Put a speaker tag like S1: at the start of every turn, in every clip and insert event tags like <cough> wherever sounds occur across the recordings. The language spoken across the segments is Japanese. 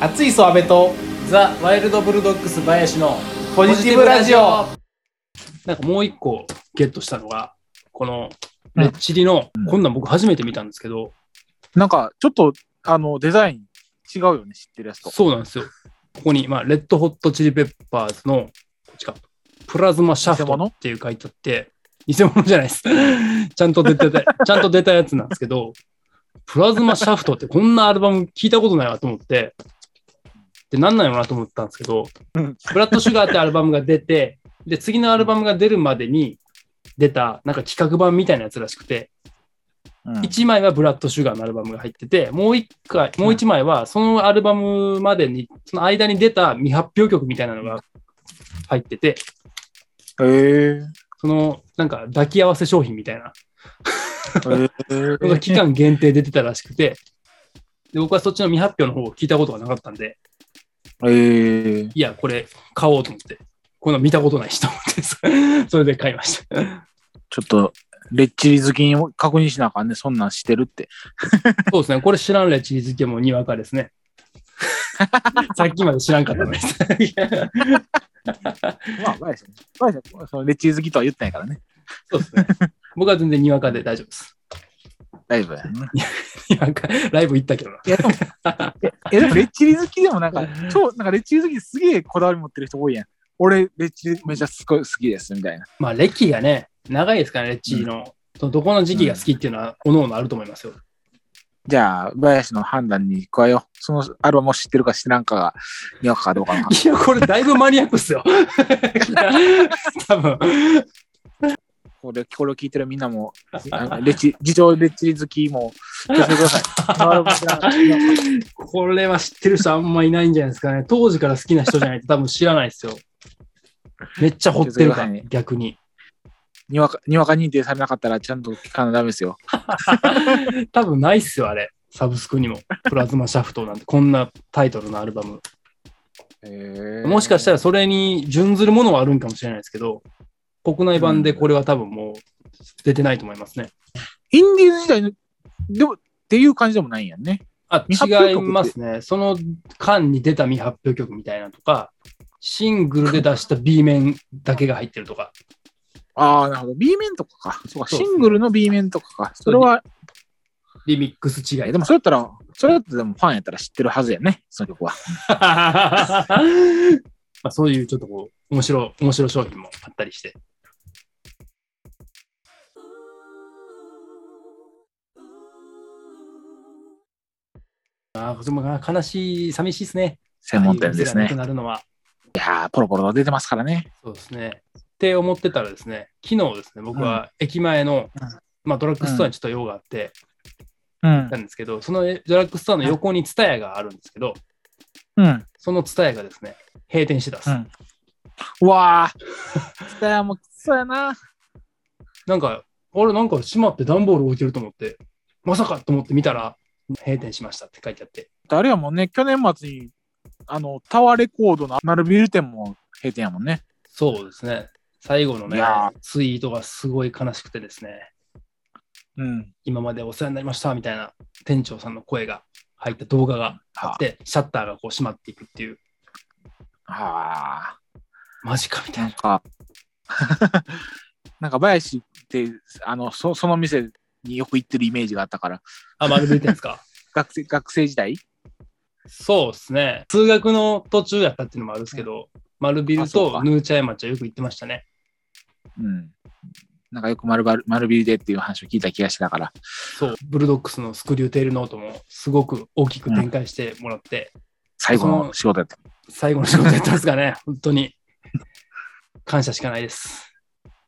S1: 熱い磯阿部と
S2: ザ・ワイルド・ブルドッグス林の
S1: ポジティブラジオ
S2: なんかもう一個ゲットしたのが、このレッチリの、こんなん僕初めて見たんですけど、
S3: なんか、ちょっと、あの、デザイン違うよね、知ってるやつと。
S2: そうなんですよ。ここに、まあ、レッド・ホット・チリ・ペッパーズの、こっちか、プラズマ・シャフ
S3: 偽
S2: ト
S3: 物
S2: っていう書いてあって、偽物じゃないです。 <laughs> ちゃんと出てた、ちゃんと出たやつなんですけど、プラズマ・シャフトってこんなアルバム聞いたことないわと思って、で、なんなんやろなと思ったんですけど、
S3: うん
S2: ブラッド・シュガーってアルバムが出て、で、次のアルバムが出るまでに出た、なんか企画版みたいなやつらしくて、
S3: うん
S2: 1枚はブラッド・シュガーのアルバムが入ってて、もう 1, 回もう一枚はそのアルバムまでに、その間に出た未発表曲みたいなのが入ってて、
S3: へえ。 <laughs>
S2: そのなんか抱き合わせ商品みたいな、
S3: へ
S2: その期間限定で出てたらしくて、で僕はそっちの未発表の方を聞いたことがなかったんで、
S3: え。へえ。
S2: いや、これ買おうと思って、この見たことないしと思って、それ <laughs> それで買いました。
S3: ちょっと、レッチリ好きに確認しなあかんね、そんなんしてるって。
S2: そうですね、これ知らんレチーズ系もにわかです
S3: <laughs>
S2: ね。さっきまで知らんかったのです。
S3: まあ、バイさん、バイさん、そのレッチリ好きとは言ってないからね。
S2: そうですね。僕は全然にわかで大丈夫です。 <laughs>
S3: 大丈夫やね。
S2: なんか、ライブ行ったけどな。
S3: <laughs> いや、でも、いやでもレッチリ好きでもなんか、超、なんかレッチリ好きすげえこだわり持ってる人多いやん。俺、レッチリめちゃすごい好きです、みたいな。
S2: まあ、歴がね、長いですからね、レッチリの。どどこの時期が好きっていうのは、おのおのあると思いますよ。
S3: じゃあ、林の判断に加えよう。そのアルバムを知ってるか知らんかが、にわかかどうかの話。
S2: いや、これ、だいぶマニアックっすよ。多分
S3: これこれを聞いてるみんなも、あのレッチ <laughs> 自称レッチリ好きも、教えてください。 <laughs> そのアルバム知らんか
S2: これは知ってる人あんまいないんじゃないですかね。当時から好きな人じゃないと多分知らないですよ。めっちゃ掘ってるから、逆に。
S3: にわかにわか認定されなかったら、ちゃんと聞かなダメですよ。
S2: 多分ないっすよ、あれ。サブスクにも。プラズマシャフトなんて、こんなタイトルのアルバム。もしかした
S3: ら。
S2: らそれに準ずるものはあるんかもしれないですけど、国内版でこれは多分もう出てないと思いますね。
S3: インディーズ時代の、でも、っていう感じでもないんやんね。
S2: あ、
S3: 未発表
S2: 違い
S3: 曲って
S2: ますね。その間に出た未発表曲みたいなとか、シングルで出した B 面だけが入ってるとか、
S3: ああ、なるほど。B 面とかか。そうか、
S2: そう
S3: シングルの B 面とかか。それは、
S2: リミックス違
S3: え
S2: い
S3: で
S2: と <laughs>
S3: もそれやったら、それやったらでもファンやったら知ってるはずやね、その曲は。
S2: か。まあそういうちょっとこう、面白い、面白い商品もあったりして。ああ、これもな悲しい、寂しいですね。
S3: 専門店です
S2: ああいうお店がなく
S3: ね。
S2: なるのは。
S3: いやー、ポロポロ出てますからね。
S2: そうですね。って思ってたらですね、昨日ですね、僕は駅前の、
S3: うん
S2: まあ、ドラッグストアにちょっと用があって、
S3: うん
S2: な。んですけど、そのえドラッグストアの横にツタヤがあるんですけど、
S3: うん。
S2: そのツタヤがですね、閉店してたっす。
S3: うんうわー、 <laughs> ツタヤもきつそうやな。
S2: なんか、あれ、なんか閉まって段ボール置いてると思って、まさかと思って見たら、閉店しましたって書いてあって、
S3: あれやもんね、去年末に、あの、タワーレコードのマルビル店も閉店やもんね。
S2: そうですね、最後のね
S3: いや、
S2: ツイートがすごい悲しくてですね、
S3: うん。
S2: 今までお世話になりましたみたいな店長さんの声が入った動画があって、シャッターがこう閉まっていくっていう、
S3: あ
S2: マジかみ
S3: あ、
S2: たい
S3: なん
S2: な。
S3: か、 <laughs> なんか、林って、あの、そその店によく行ってるイメージがあったから、
S2: あ、丸めてんです
S3: <laughs>
S2: か
S3: 学生学生時代
S2: そうですね。通学の途中やったっていうのもあるんですけど、丸ビル
S3: あそう
S2: と
S3: か
S2: ヌーチャイ町はよく行ってましたね。
S3: うん。なんかよく丸ばる丸ビルでっていう話を聞いた気がしてたから。
S2: そう、ブルドックスのスクリューテールノートもすごく大きく展開してもらって、
S3: 最後の仕事やった。
S2: 最後の仕事やったんですが
S3: <laughs>
S2: ね、本当に感謝しかないです。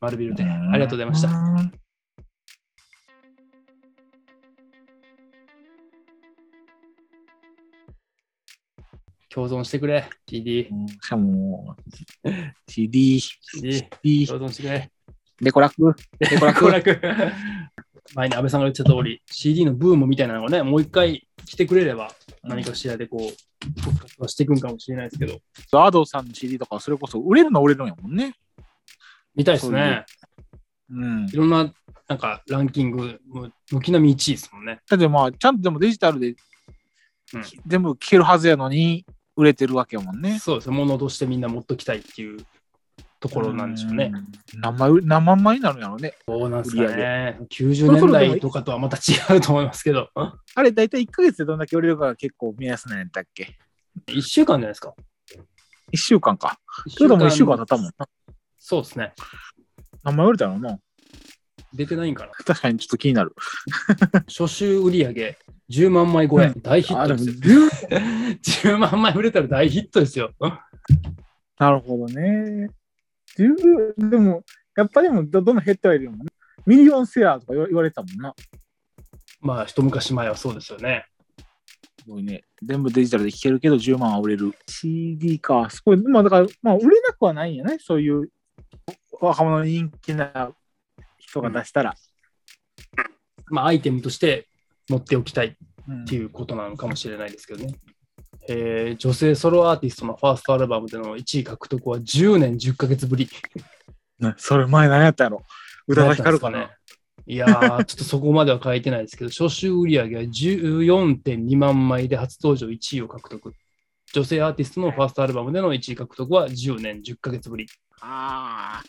S2: 丸ビルで。ありがとうございました。
S3: た。
S2: 共存してくれ、TD。
S3: しかも、TD、
S2: TD、
S3: TD、
S2: 共存してくれ。
S3: レコ
S2: <laughs>
S3: ラク、レコラ
S2: 娯
S3: ク、
S2: 楽 <laughs> 前に安倍さんが言ってた通り、CD のブームみたいなのがね、もう一回来てくれれば、何かしらでこう、復活はしていくんかもしれないですけど、
S3: アドさんの CD とか、それこそ売れるのは売れるんやもんね。
S2: 見たいです
S3: そうい
S2: ね
S3: う。うん。
S2: いろんな、なんかランキング、もう軒並み1位ですもんね。
S3: だってまあ、ちゃんとでもデジタルで
S2: うん
S3: 全部聴けるはずやのに、売れてるわけやもんね。
S2: そうですね。物としてみんな持っときたいっていうところなんでしょうね。
S3: うん。何枚、何万枚になるんやろうね。
S2: どうなんですか
S3: 売り
S2: ね。90年代とかとはまた違うと思いますけど。
S3: あれ、大体1ヶ月でどんだけ売れるかが結構目安なんやったっけ
S2: 1週間じゃないですか。
S3: ?1 週間か。ちょうどもう1週間経ったもんな。
S2: そうですね。
S3: 何枚売れたのな
S2: 出てないんかな。
S3: 確かにちょっと気になる。
S2: 初週売り上げ10万枚超え。大ヒッ
S3: あ、で
S2: ト
S3: も
S2: ですよ。10万 <laughs> 枚売れたら大ヒットですよ。
S3: なるほどね。十分、でも、やっぱでもど、どんどん減ってはいるよね。ミリオンセラーとか言わ言われてたもんな。
S2: まあ、一昔前はそうですよね。
S3: すごいね。全部デジタルで聴けるけど、10万は売れる。CD か。すごい。まあ、だから、まあ、売れなくはないんやね。そういう、若者に人気な人が出したら。
S2: まあ、アイテムとして持っておきたい
S3: うん
S2: っていうことなのかもしれないですけどね。えー女性ソロアーティストのファーストアルバムでの1位獲得は10年10ヶ月ぶり。
S3: なそれ前何やったやろ宇多田ヒカルか
S2: どうやっ
S3: な
S2: たんですかね。いやー、ちょっとそこまでは書いてないですけど、 <laughs> 初週売り上げは14.2万枚で初登場1位を獲得。女性アーティストのファーストアルバムでの1位獲得は10年10ヶ月ぶり。
S3: ああ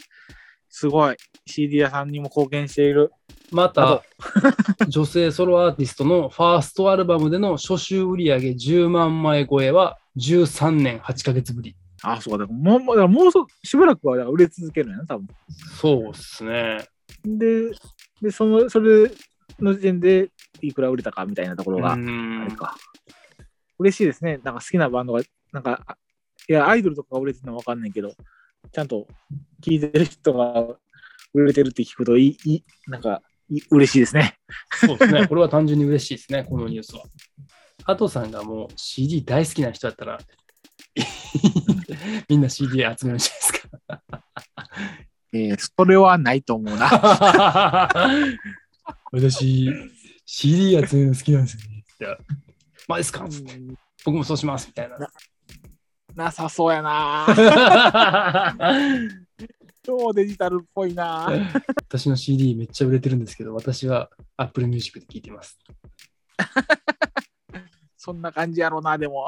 S3: すごい CD 屋さんにも貢献している
S2: ま
S3: あ
S2: た、 <laughs> 女性ソロアーティストのファーストアルバムでの初週売り上げ10万枚超えは13年8ヶ月ぶり。
S3: ああそうかだからもうもうだからもうそしばらくはだから売れ続けるんやな多分
S2: そうですね。
S3: ででそのそれの時点でいくら売れたかみたいなところ
S2: う
S3: があれ
S2: ん
S3: か、嬉しいですねなんか好きなバンドがなんかあいやアイドルとかが売れてるのは分かんないけどちゃんと聴いてる人が売れてるって聞くといいいいなんかい嬉しいですね
S2: そうですね。 <laughs> これは単純に嬉しいですね、このニュースは。ハトさんがもう CD 大好きな人だった <laughs> ら、みんな CD 集めるんじ
S3: えーそれはないと思うな。
S2: ゃ <laughs> ないですか。私、CD 集めるの好きなんですよね。いやまあですかつって僕もそうしますみたい <laughs> な。
S3: なさそうやな。超デジタルっぽいな。
S2: 私の CD めっちゃ売れてるんですけど、私は Apple Music で聴いてます。
S3: そんな感じやろうな、でも。